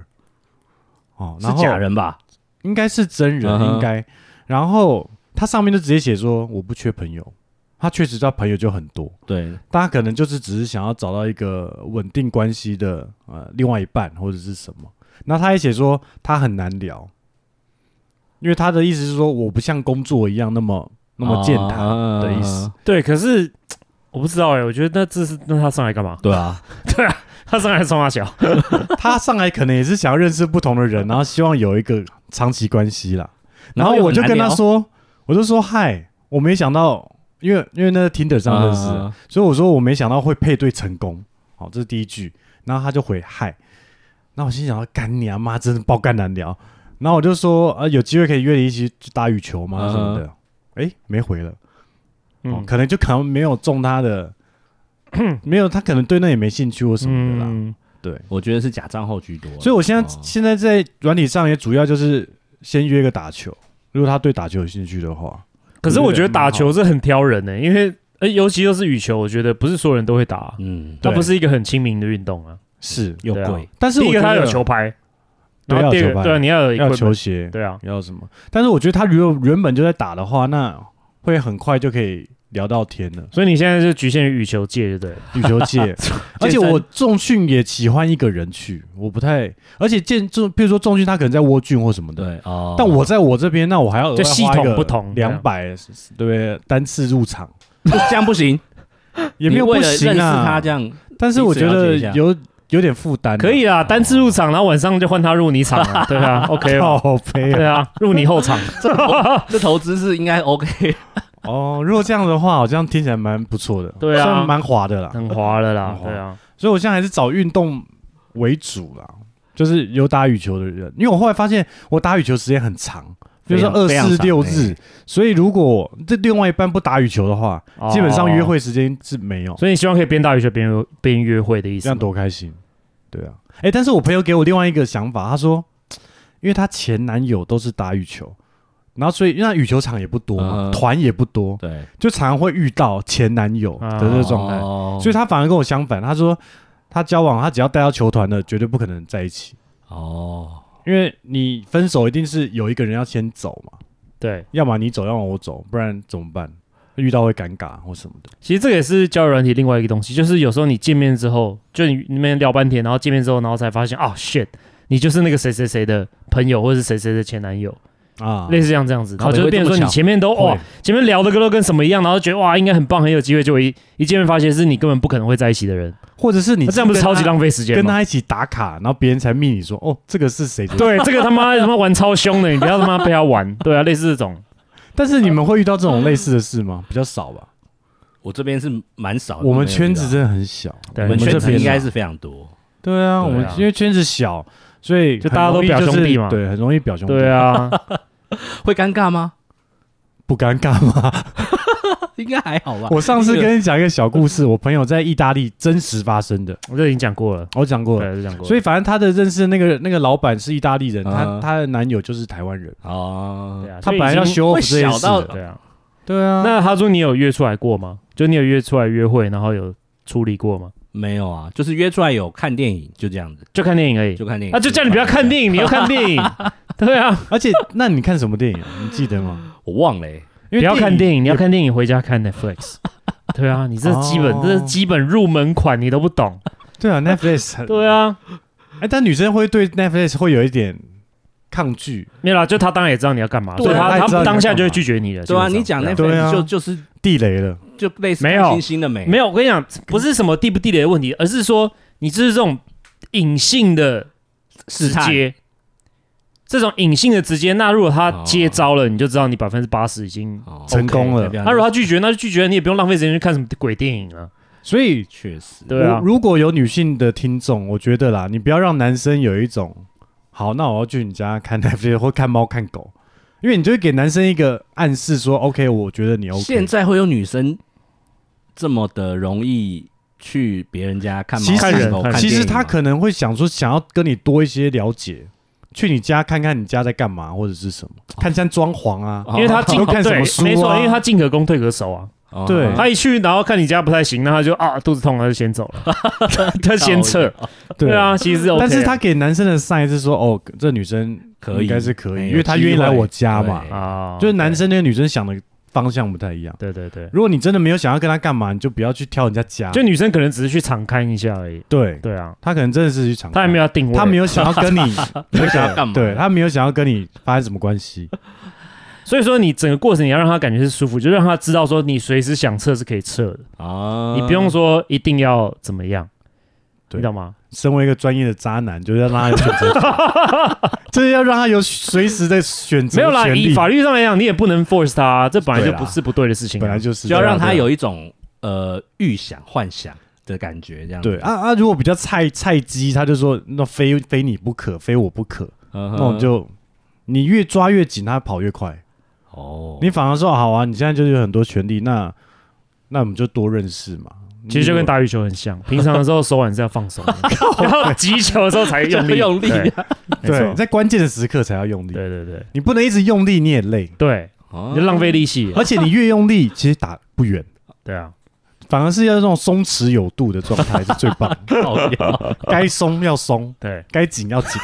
哦， <laughs> 然是后假人吧？应该是真人，嗯哼应该，然后他上面就直接写说我不缺朋友，他确实他朋友就很多，对，大家可能就是只是想要找到一个稳定关系的呃另外一半或者是什么。那他也写说他很难聊，因为他的意思是说我不像工作一样那么那么健谈。啊的意思。对，可是我不知道哎、我觉得那这是那他上来干嘛？对 <laughs> 啊，他上来冲他小，他上来可能也是想要认识不同的 <laughs> 人，然后希望有一个长期关系啦。然后又我就很跟难他聊说，我就说嗨，我没想到，因为因为那个 Tinder 上认识的，啊所以我说我没想到会配对成功，好，这是第一句。然后他就回嗨，那我心想干你啊妈，真是爆干难聊。然后我就说呃，有机会可以约你一起去打羽球吗嗯哼什么的？诶，没回了，哦嗯，可能就可能没有中他的， <clears throat> 没有他可能对那也没兴趣或什么的啦。嗯对，我觉得是假账号居多。所以我现在、哦现在在软体上也主要就是先约个打球，如果他对打球有兴趣的话，可是我觉得打球是很挑人的、因为呃，尤其又是羽球，我觉得不是所有人都会打，嗯，它对啊不是一个很亲民的运动啊。是，又对啊贵，但是第我一个觉他得有球拍，对然后要第有二球拍个对啊，你要有要有 equipment，球鞋，对啊，要什么？但是我觉得他如果原本就在打的话，那会很快就可以聊到天了。所以你现在是局限于羽球界，对不对了？羽球界，而且我重训也喜欢一个人去，我不太，而且健重，比如说重训，他可能在窝俊或什么的。对啊哦。但我在我这边，那我还要额外就系花一统个不同两百，对不对？单次入场这样不行，也没有你为不了认行识他啊这。样但是我觉得彼此了解一下有有点负担啊，可以啦，单次入场，然后晚上就换他入你场 <laughs> 啊，对啊，OK 吧靠背啊对啊，入你 <laughs> 后场，这投资是应该 OK，哦。如果这样的话，好像听起来蛮不错的，对啊虽然蛮滑的啦。很滑了啦很，滑对啊，所以我现在还是找运动为主啦，就是有打羽球的人，因为我后来发现我打羽球时间很长，比如说二非常四六非常日长，所以如果这另外一半不打羽球的话，哦基本上约，会时间是没有，哦所以你希望可以边打羽球边边约会的意这思样吗？多开心，对啊，哎、但是我朋友给我另外一个想法，他说，因为她前男友都是打羽球，然后所以因为她羽球场也不多嘛，嗯团、也不多，对就常常会遇到前男友的这个状态，啊哦所以她反而跟我相反，她说她交往，她只要带到球团的，绝对不可能在一起，哦，因为你分手一定是有一个人要先走嘛，对，要么你走，要么我走，不然怎么办？遇到会尴尬或什么的。其实这个也是交友软体另外一个东西，就是有时候你见面之后，就你你们聊半天，然后见面之后，然后才发现哦 shit，你就是那个谁谁谁的朋友，或者是谁谁的前男友，啊，类似哦像这样子，然靠后北就是变成会这么说你巧前面都哇会，前面聊的跟都跟什么一样，然后觉得哇应该很棒，很有机会，就一一见面发现是你根本不可能会在一起的人，或者是你那这样不是超级跟浪费时他间跟吗？他一起打卡，然后别人才密你说哦，这个是谁？对， <laughs> 这个他妈他妈玩超凶的，你不要他妈被他玩，对啊，类似这种，但是你们会遇到这种类似的事吗？比较少吧。我这边是蛮少啊的，我没有们遇到圈子真的很小，对我们我们圈这子边应该啊是非常多，对啊，我们对啊因为圈子小，所以就大家都很容易表就是兄弟嘛对，很容易表兄弟。对， <laughs> 啊，会尴尬吗？ <laughs> 不尴尬吗？应该还好吧。我上次跟你讲一个小故事，我朋友在意大利真实发生的，我这已经讲过了，我讲过了。对，就讲过了，所以反正她的认识的那个那个老板是意大利人，她啊她的男友就是台湾人，哦对，啊她所以本已来要经修复这件会事小到的，对啊。对啊，那他说你有约出来过吗？就你有约出来约会，然后有处理过吗？没有啊，就是约出来有看电影，就这样子，就看电影而已。就看电影。啊，就叫你不要看电影，你又看电影，对啊，而且，那你看什么电影啊？你记得 <laughs> 吗？我忘了欸，因不为要看电影影，你要 <laughs> 看电影回家看 Netflix。对啊，你这是基本，哦这是基本入门款，你都不懂。 <laughs> 对啊，Netflix 很对啊，哎，但女生会对 Netflix 会有一点抗拒，没有啦，就他当然也知道你要干嘛，对所啊以他他也知道他你要当下就干会嘛拒绝你了。基对本啊，上你讲那对啊本就就是地雷了。就类似没有看星星的哎美，没有，我跟你讲，不是什么地不地雷的问题，而是说你这是这种隐性的直试探接，这种隐性的直接。那如果他接招了，你就知道你百分之八十已经。哦成功了 OK，那如果他拒绝，那就拒绝，你也不用浪费时间去看什么鬼电影了。所以，确实，对啊我，如果有女性的听众，我觉得啦，你不要让男生有一种好，那我要去你家看 Netflix 或看猫看狗，因为你就会给男生一个暗示说，OK，我觉得你 OK。现在会有女生这么的容易去别人家看猫其实看狗看其电实影吗他可能会想说，想要跟你多一些了解，去你家看看你家在干嘛，或者是什么，看像装潢啊，哦因为他进 <laughs> 都看什么对书啊没错，因为他进可攻退可守啊。哦对哦他一去，然后看你家不太行，那他就啊肚子痛，他就先走了， <laughs> 他先哦撤。对啊，其实是 OK 的。但是他给男生的 sign 是说，哦，这女生可应以该是可哎以，因为她愿意来我家嘛有机。会啊，就是男哦生跟女生想的方向不太一样。对，对对对，如果你真的没有想要跟她干嘛，你就不要去挑人家家。就女生可能只是去敞开一下而已。对，对啊，她可能真的是去抢，他还没有要定位，她没有想要 <laughs> 跟你，没想要干嘛？对她没有想要跟你发生什么关系。所以说你整个过程你要让他感觉是舒服，就让他知道说你随时想撤是可以撤的，啊，你不用说一定要怎么样，嗯对你知道吗？身为一个专业的渣男，就是要让他有选择 <laughs> 权，就是要让他有随时的选择没有啦，权利以。法律上来讲，你也不能 force 他啊，这本来就不是不对的事情啊。本来就是就要让他对啊有一种呃预想幻想的感觉，这样子对，啊啊！如果比较菜菜鸡，他就说那非非你不可，非我不可，嗯那那我们就你越抓越紧，他跑越快。哦，你反而说好啊，你现在就是有很多权利，那那我们就多认识嘛。其实就跟打羽球很像，平常的时候手腕是要 <laughs> 放松的，然后击球的时候才用力， <laughs> 用力啊对没对，错，在关键的时刻才要用力，对对对你不能一直用力，你也累， <laughs> 对，哦你就浪费力气，而且你越用力，其实打不远，对啊，反而是要那种松弛有度的状态是最棒的。 <laughs> 靠腰啊该松要松，对，该紧要紧，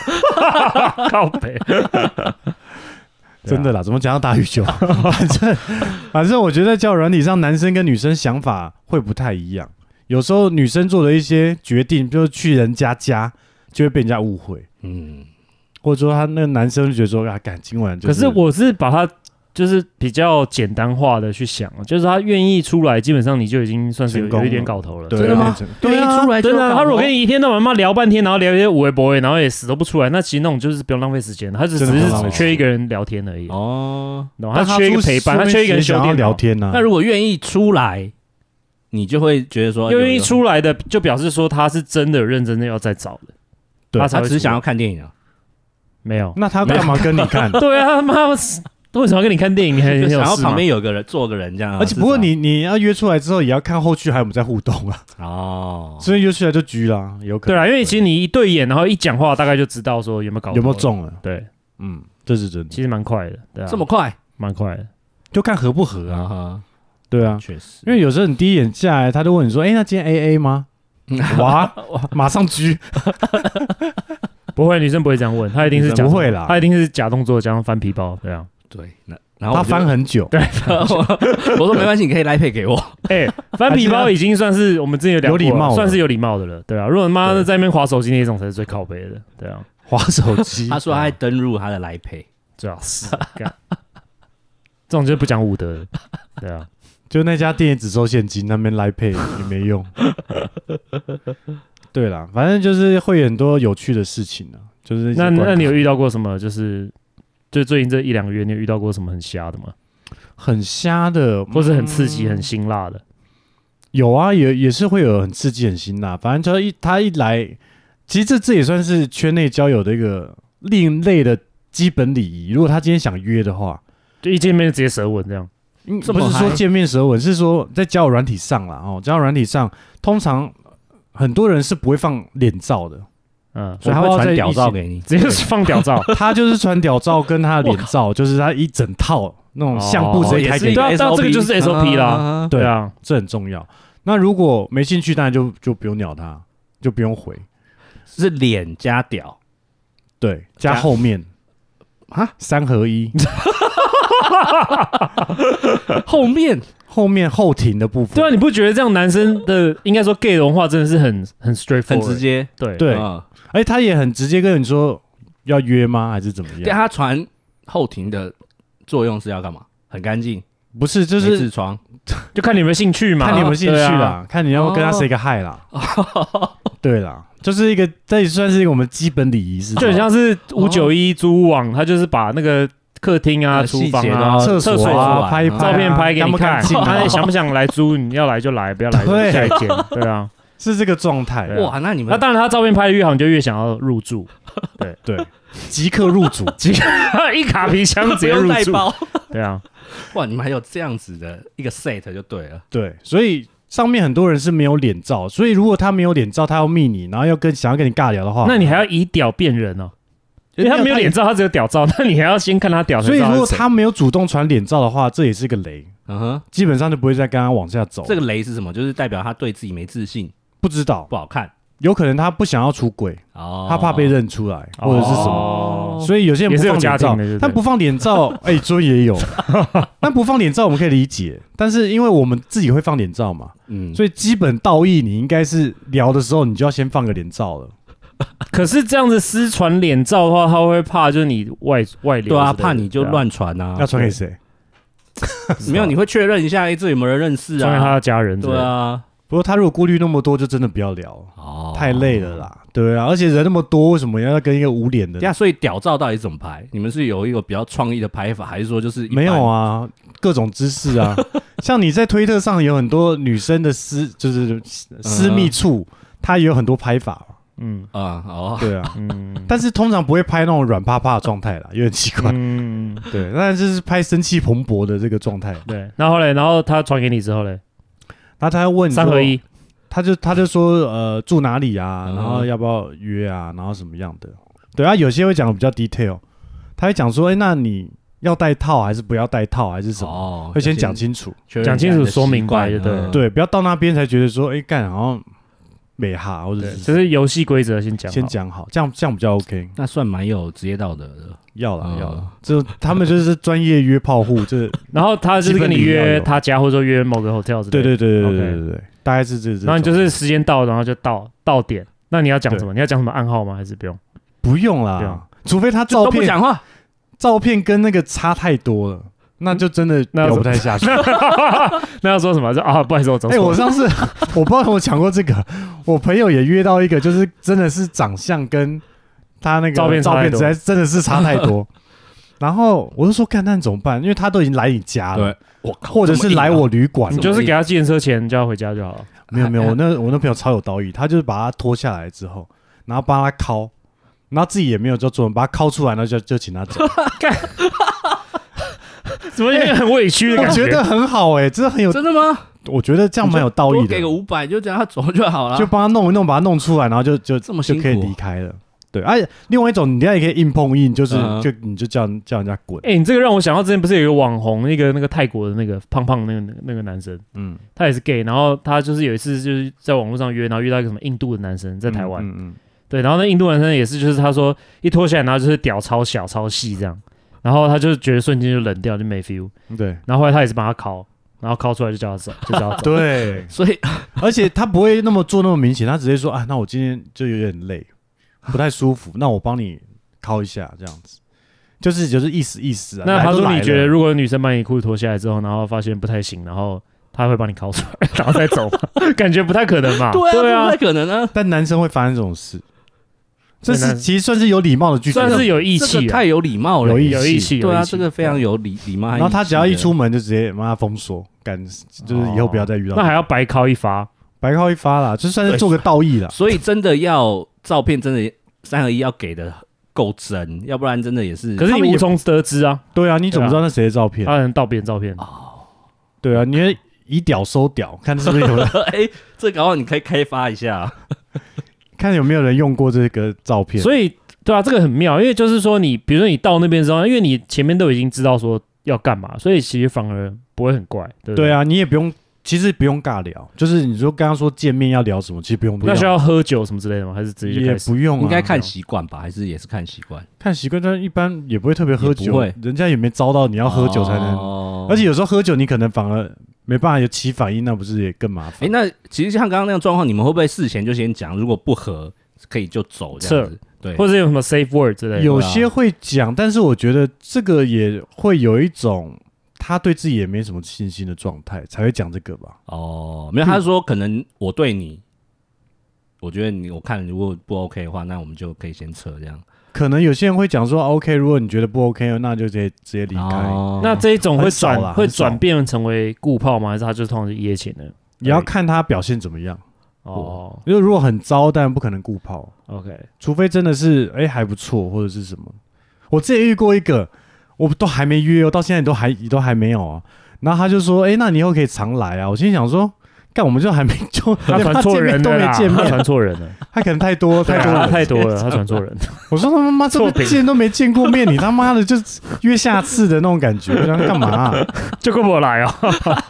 靠背， <laughs> <laughs> 啊真的啦。怎么讲到打羽球？ <laughs> 反正反正我觉得在交友软体上，男生跟女生想法会不太一样。有时候女生做的一些决定，就是去人家家，就会被人家误会，嗯，或者说他那个男生就觉得说啊，感今晚就可是是我是把它就是比较简单化的去想，啊就是他愿意出来，基本上你就已经算是有成功有了一点搞头了。对真的吗变成对对啊，啊一出来就真的啊，搞他如果头跟你一天到晚妈聊半天，然后聊一些无微博，然后也死都不出来，那其实那种就是不用浪费时间，他只只真的不是用浪费时间缺一个人聊天而已，哦，懂吗但他缺一个陪伴，他缺一个人出去修想要电聊脑。天啊呢那。如果愿意出来，你就会觉得说因有为一有出来的就表示说他是真的认真的要再找的，对他才他会只是出想来要看电影啊， <laughs> 没有。 <laughs> 那他干嘛跟你看？ <laughs> 对啊，妈，为什么要跟你看电影？你还就很有想要事吗旁？边有个人坐个人这样啊。而且不过至少你你要约出来之后，也要看后续还有没有在互 <laughs> 动啊，哦，所以约出来就狙啦，有可对能啦，因为其实你一对眼，然后一讲话，大概就知道说有没有搞头有没有。中了，对，嗯，这是真的，其实蛮快的，对啊，这么快蛮快的。就看合不合啊，哈，对啊，确实，因为有时候你第一眼下来，他就问你说：“哎、那今天 A A 吗？” <laughs> 哇，马上狙，不会，女生不会这样问，她一定是假不会啦她一定是假动作加上翻皮包， <laughs> 对啊。对，那然后他我就 <laughs> 翻，很久，我 <laughs> 我说没关系，你可以来配给我。哎、翻皮包已经算是我们之前有聊过了有礼貌了算是有礼貌的了，对啊。如果妈的在那边划手机那种才是最靠背的，对啊，滑手机，他说哎他还登入他的来配，最好是干这种就是不讲武德的，对啊。就那家店也只收现金，那边来配也没用。 <laughs> 对啦，反正就是会有很多有趣的事情啊，就是一些 <laughs> 那关卡那你有遇到过什么？就是就最近这一两个月，你有遇到过什么很瞎的吗？很瞎的，或是很刺激、嗯很辛辣的？有啊，也也是会有很刺激、很辛辣。反正就一他一来，其实这这也算是圈内交友的一个另类的基本礼仪。如果他今天想约的话，就一见面就直接舌吻这样？嗯这不么是说嗨见面舌吻，是说在交友软体上啦。哦，交友软体上通常很多人是不会放脸照的，嗯，所以他会传屌照给你。直接放 <laughs> 屌照。 <laughs> 他就是传屌照跟他的脸照，就是他一整套那种相簿哦直接开给也是一你个，对啊但这个就是 SOP 啦啦。对对啊，这很重要。那如果没兴趣，当然就就不用鸟他，就不用回，是脸加屌，对，加加后面啊，三合 <laughs> 一。后面后面后庭的部分。对啊，你不觉得这样男生的应该说 gay 的文化真的是很很 straightforward，很直接。对对嗯哎，他也很直接跟你说要约吗，还是怎么啊对样？他传后庭的作用是要干嘛？很干净，不是，就没是痔疮。就看你有没有兴趣嘛，看你有没有兴趣对啊哦啦，看你要不要跟他 say 个 hi 啦。对啦，就是一个，这也算是一个我们基本礼仪，是吧啊就很像是五九一租屋网，他就是把那个客厅啊、呃厨房细节都啊要、厕厕所所啊，啊拍一拍啊照片拍给干你不看干，净啊他想不想来租？你要来就来，不要来对就下一间。对啊，是这个状态，对啊哇，那你那们当然，他照片拍的越好，你就越想要入住，对，即刻入 <laughs> 主，直接一卡皮箱直 <laughs> 不接用入带住。包，对啊，哇，你们还有这样子的一个 set 就对了。 <laughs> 对，所以。上面很多人是没有脸照，所以如果他没有脸照，他要密你，然后要跟想要跟你尬聊的话，那你还要以屌辨人哦，因为他没有脸照，他只有屌照，那你还要先看他屌。所以如果才知道是谁他没有主动传脸照的话，这也是个雷，嗯哼，基本上就不会再跟他往下走。这个雷是什么？就是代表他对自己没自信，不知道，不好看有可能他不想要出轨，哦他怕被认出来或者是什么，哦所以有些人不放脸照也是有家庭的对不，对但不放脸照，哎，尊也 <laughs> 有，但不放脸照我们可以理解，但是因为我们自己会放脸照嘛，嗯，所以基本道义你应该是聊的时候你就要先放个脸照了，可是这样子私传脸照的话，他会怕就是你外外流之类的，对啊，怕你就对啊乱传啊要。传给谁？ <laughs> 没有，你会确认一下，哎，这有没有人认识传给他啊？的家人之类对的。啊，不过他如果顾虑那么多，就真的不要聊了，哦太累了。啦，对啊，而且人那么多，为什么要跟一个无脸的 <laughs> 对？呀，啊所以屌照到底怎么拍？你们是有一个比较创意的拍法，还是说就是一般没有？啊，各种姿势啊，像你在推特上有很多女生的私，就是私密处，她也有很多拍法嘛，嗯啊，哦，对啊。嗯，但是通常不会拍那种软趴趴的状态啦，有点奇怪。嗯，对，但就是拍生气蓬勃的这个状态。对。那后来，然后他传给你之后嘞，然后他还问你说三合，一，他就他就说呃住哪里啊，嗯然后要不要约啊，然后什么样的。对啊，有些会讲的比较 detail，他会讲说，哎、那你要戴套还是不要戴套还是什么？哦会先讲清楚，确认讲清楚说明白一下你的习惯嗯就对，不要到那边才觉得说，哎、干好像美哈，或者对，是就是游戏规则先讲好，先讲好，这样这样比较 OK。那算蛮有职业道德的。要了嗯要了，就他们就是专业约炮户，这然后他就是跟你基本礼要约有他家，或者说约某个 hotel 之类的。对对对对 OK 对对对，大概是这。这然后你就种是时间到，然后就到到点。那你要讲什么？你要讲什么暗号吗？还是不用？不用不啦用，除非他就照都不片讲话，照片跟那个差太多了，那就真的那聊不怎太下去。那要说什么？就啊，不好意思，我走哎、错了。我上次 <laughs> 我不知道我讲过这个，我朋友也约到一个，就是真的是长相跟他那个照片差照太片多实在真的是差太 <laughs> 多。然后我就说干，那你怎么办？因为他都已经来你家了，对，我靠或者是来我，旅馆啊你了。就是给哎他计程车钱，叫他回家就好了。没有没有，我那我那朋友超有道义，他就是把他拖下来之后，然后帮他敲， <laughs> 然后自己也没有做作文，把他敲出来，然后就就请他走。怎么有点很委屈的我感觉得很好哎、真的很有， <laughs> 真的吗？我觉得这样蛮有道义多给个的，五百，就这样他走就好了。啊就帮他弄一弄，把他弄出来，然后就就这么就辛苦可以离开了。对，而、且另外一种，你也可以硬碰硬，就是、嗯就你就叫叫人家滚，哎、你这个让我想到之前不是有一个网红，一个那个泰国的那个胖胖的那个那个那个男生，嗯，他也是 gay，然后他就是有一次就是在网络上约，然后遇到一个什么印度的男生在台湾，嗯嗯对，然后那印度男生也是就是他说一脱下来，然后就是屌超小超细这样，然后他就觉得瞬间就冷掉就没 feel，嗯对然后后来他也是帮他烤，然后烤出来就叫他走，就叫他走。对，所以而且他不会那么做那么明显，他直接说啊，那我今天就有点累，不太舒服，那我帮你敲一下这样子，就是就是意思意思啊。那来他都说来你了觉得如果女生把你裤子脱下来之后，然后发现不太行，然后他会帮你烤出来，然后再走吗？ <laughs> 感觉不太可能嘛。对啊，对这不啊太，可能啊，但男生会发生这种事，这对是男其实算是有礼貌的拒绝，算是有义这气个啊，太有礼貌了，有义有义气，对有啊，义气这个非常有礼礼貌。然后他只要一，出门就直接妈封锁，赶就是以后不要再遇到，哦那还要白烤一发，白靠一发啦，就算是做个道义啦。 <laughs> 所以真的要照片，真的三合一要给的够真，要不然真的也是。可是他们你也无从得知啊， <laughs> 对啊，你怎么知道那谁的照片？他能盗别人照片，哦对啊，你以屌收屌，看是不是有 <laughs> 人哎，这搞不好你可以开发一下， <laughs> 看有没有人用过这个照片。所以对啊，这个很妙，因为就是说你，比如说你到那边之后，因为你前面都已经知道说要干嘛，所以其实反而不会很怪，对不对对啊，啊，你也不用，其实不用尬聊，就是你说刚刚说见面要聊什么，其实不用，那需要喝酒什么之类的吗？还是直接就也开始？不用啊、应该看习惯吧？还是也是看习惯？看习惯，但一般也不会特别喝也酒不会，人家也没招到你要喝酒才能，哦而且有时候喝酒你可能反而没办法有起反应，那不是也更麻哎、烦？那其实像刚刚那样状况，你们会不会事前就先讲？如果不合，可以就走这样子。对，或者有什么 safe word 之类的？有些会讲，但是我觉得这个也会有一种他对自己也没什么信心的状态才会讲这个吧。哦，没有，他说可能我对你，我觉得你我看如果不 OK 的话，那我们就可以先撤这样可能有些人会讲说啊 OK，如果你觉得不 OK，那就直接直接离开，哦那这一种会很少啦转很会少转变成为固炮吗？还是他就通常是一夜情的？也要看他表现怎么样。哦因为如果很糟，当然不可能顾泡。 <laughs> ，OK，除非真的是哎、还不错，或者是什么。我之前遇过一个，我都还没约哦，到现在都还都还没有啊。然后他就说，哎、那你以后可以常来啊。我心里想说，干，我们就还没 <laughs> 就他传错人都了没啦，见他 <laughs> 面，传错人了，他可能太多 <laughs> 对太啊多他了。太多了，他 <laughs> 传错人。我说他妈妈这么作品见都没见过 <laughs> 面，你他妈的就约下次的那种感觉，我想干嘛、啊？就跟我来哦，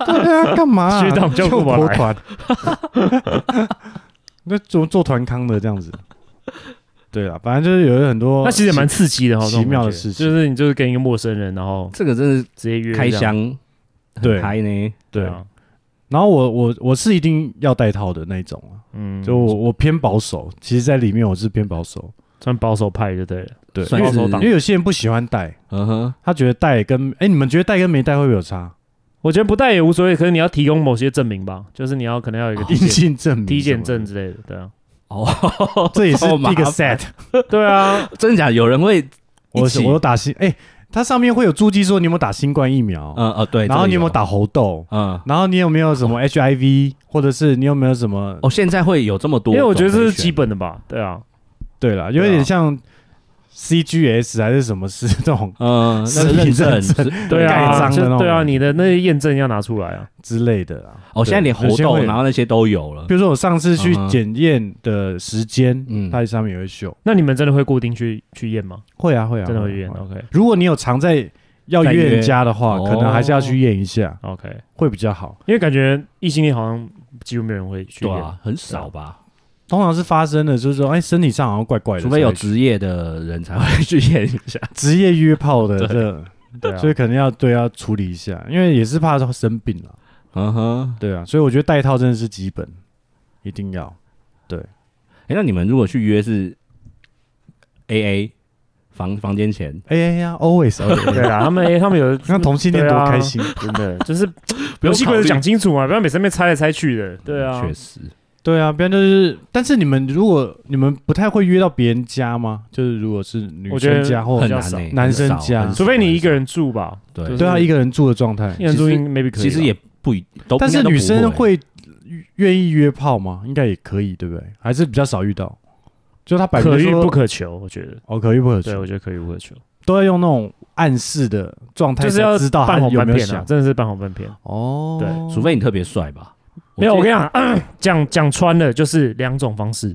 对啊，干嘛、啊？学长叫就过婆来团，那做做团康的这样子。对啊，反正就是有很多，那其实也蛮刺激的哈，奇这种感觉妙的事情就是你就是跟一个陌生人，然后这个真的直接约是这开样，箱很对嗨呢，对啊。啊，然后我我我是一定要带套的那一种啊，嗯，就我我偏保守，其实在里面我是偏保守，算保守派就对了，对，因算为是因为有些人不喜欢带，嗯哼，他觉得带跟哎，你们觉得带跟没带会不会有差？我觉得不带也无所谓，可是你要提供某些证明吧，就是你要可能要有一个体 <laughs> 阴检、性证明，体检证，之类的，对啊， <laughs> 哦，这也是超麻第一个烦 set。对啊，真的假的？有人会，我一起我有打新，哎，它上面会有注记说你有没有打新冠疫苗，嗯哦对，然后这个你有没有？打猴痘，嗯，然后你有没有什么 HIV，或者是你有没有什么？哦，现在会有这么多因种可以为选，我觉得这是基本的吧，对啊，对了，有对啊点像 CGS 还是什么是这种嗯，那身个体认证认证是对盖啊，章的那就种对啊，你的那些验证要拿出来啊，之类的啦。哦，现在连有猴些痘会，然后那些都有了比。如说我上次去嗯哼检验的时间，嗯它上面也会秀。那你们真的会固定去去验吗？会啊，会啊，真的会验啊，OK 如果你有常在要在哦约约人家的话，哦可能还是要去验一下， OK，会比较好。因为感觉异性恋好像几乎没有人会去对验，啊，很少吧，通常是发生的，就是说，哎，身体上好像怪啊怪的，除非有才职业的人才会去验一下。职业约炮 <laughs> 的这，对啊所，以可能要对要处理一下，因为也是怕生病了。嗯哼，对啊，所以我觉得带套真的是基本，一定要。哎、那你们如果去约是 A A 房房间钱，哎呀呀，always， <laughs> 对 always 啊，他们哎，他们有的那同性恋对多啊开心。真的就是不用游戏规则考虑嗯讲清楚嘛，啊不要每次在那边猜来猜去的，对啊，确实，对啊，不然就是，但是你们如果你们不太会约到别人家吗？就是如果是女我觉生得家或很哦较难、少欸、男生很少家很少除非你一个人住吧，对就是对啊，一个人住的状态一，个人住其实 maybe 可以吧，其实也不一都，但是应该都不女生会会愿意约炮吗？应该也可以，对不对？还是比较少遇到，就他摆可明遇说不可求，我觉得。哦，可遇不可对，求我。觉得可遇不可求。都要用那种暗示的状态，就是要知道他半红有半没有片啊想，真的是半红半片。哦。对除非你特别帅吧。没有，我记跟得你讲，讲 <coughs> 讲穿了就是两种方式，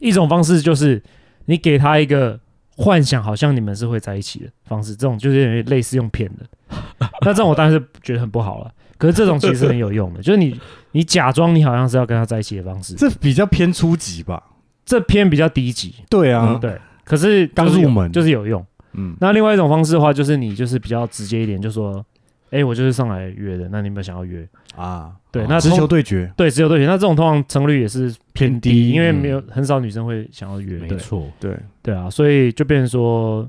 一种方式就是你给他一个幻想，好像你们是会在一起的方式，这种就是有点类似用骗的。 <laughs> 那这种我当然是觉得很不好了，可是这种其实很有用的，就是你你假装你好像是要跟他在一起的方式，这比较偏初级吧？这篇比较低级，对啊，嗯对，可是刚就是有入门就是有用。嗯，那另外一种方式的话，就是你就是比较直接一点，就说，哎，我就是上来约的，那你有没有想要约？啊，对那直通球对决对，只有对决。那这种通常成功率也是偏偏低低，因为嗯没有、很少女生会想要约，没对错，对对啊，所以就变成说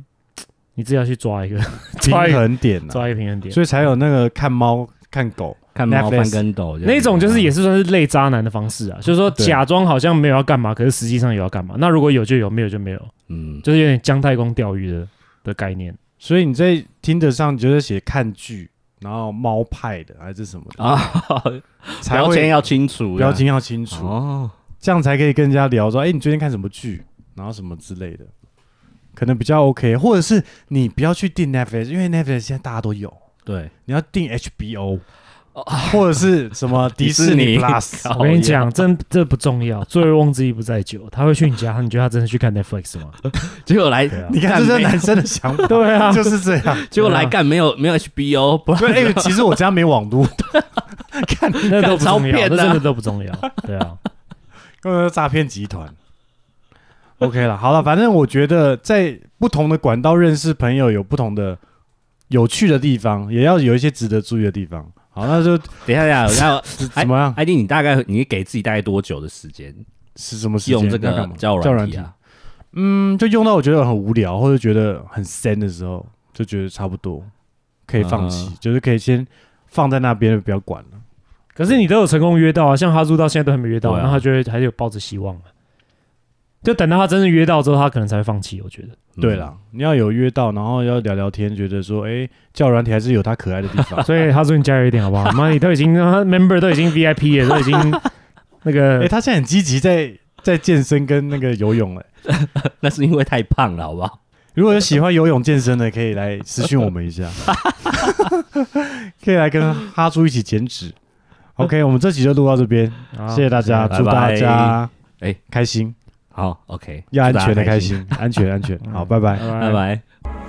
你自己要去抓一个平抓一个衡点啊，抓一个平衡点。所以才有那个看猫看狗，看猫 Netflix 翻跟斗这样那种就是也是算是类渣男的方式啊，就是说对假装好像没有要干嘛，可是实际上有要干嘛。那如果有就有，没有就没有，嗯，就是有点姜太公钓鱼的的概念。所以你在听得上就是写看剧，然后猫派的还是什么的，啊， <laughs> 才标签会要清楚，标签要清楚，哦，这样才可以跟人家聊说，哎、你最近看什么剧，然后什么之类的，可能比较 OK，或者是你不要去订 Netflix，因为 Netflix 现在大家都有，对，你要订 HBO，、或者是什 <laughs> 么迪士哦迪士尼尼 <laughs> Plus，靠我跟你讲，真这不重要，醉翁之意不在酒。他会去你家，你觉得他真的去看 Netflix <laughs> 吗？结果来对啊，你看这就是没有男生的想法， <laughs> 对啊，就是这样。结果对啊来干没有没有 HBO，不然对，哎、其实我家没网络， <laughs> 那都不超重要，骗那的啊真的都不重要。对啊，根本就是诈骗集团。OK 了，好了，反正我觉得在不同的管道认识朋友有不同的有趣的地方，也要有一些值得注意的地方。好，那就等一 <laughs> 下等一下，我怎么样？艾迪，你大概你给自己大概多久的时间是什么时间用这要个干嘛交交软友软体体？啊？嗯，就用到我觉得很无聊或者觉得很深的时候，就觉得差不多可以放弃，嗯就是可以先放在那边，不要管了。可是你都有成功约到啊，像哈猪到现在都还没约到，对啊那他就会还是有抱着希望啊。就等到他真的约到之后，他可能才会放弃。我觉得。嗯对啦，，你要有约到，然后要聊聊天，觉得说，哎、叫软体还是有它可爱的地方 <laughs> 所以哈猪，你加油一点好不好？妈，你都已经他 member 都已经 VIP 了，都已经 <laughs> 那哎、个他现在很积极在在健身跟那个游泳、哎。嗯那是因为太胖了，好不好？如果有喜欢游泳健身的，可以来私讯我们一 <laughs> 下，可以来跟哈猪一起减脂。OK，我们这期就录到这边，啊谢谢大家，谢谢祝大拜拜家哎开心，好，OK，要安祝大家全的开开，心，安全安全，好，拜拜。拜拜。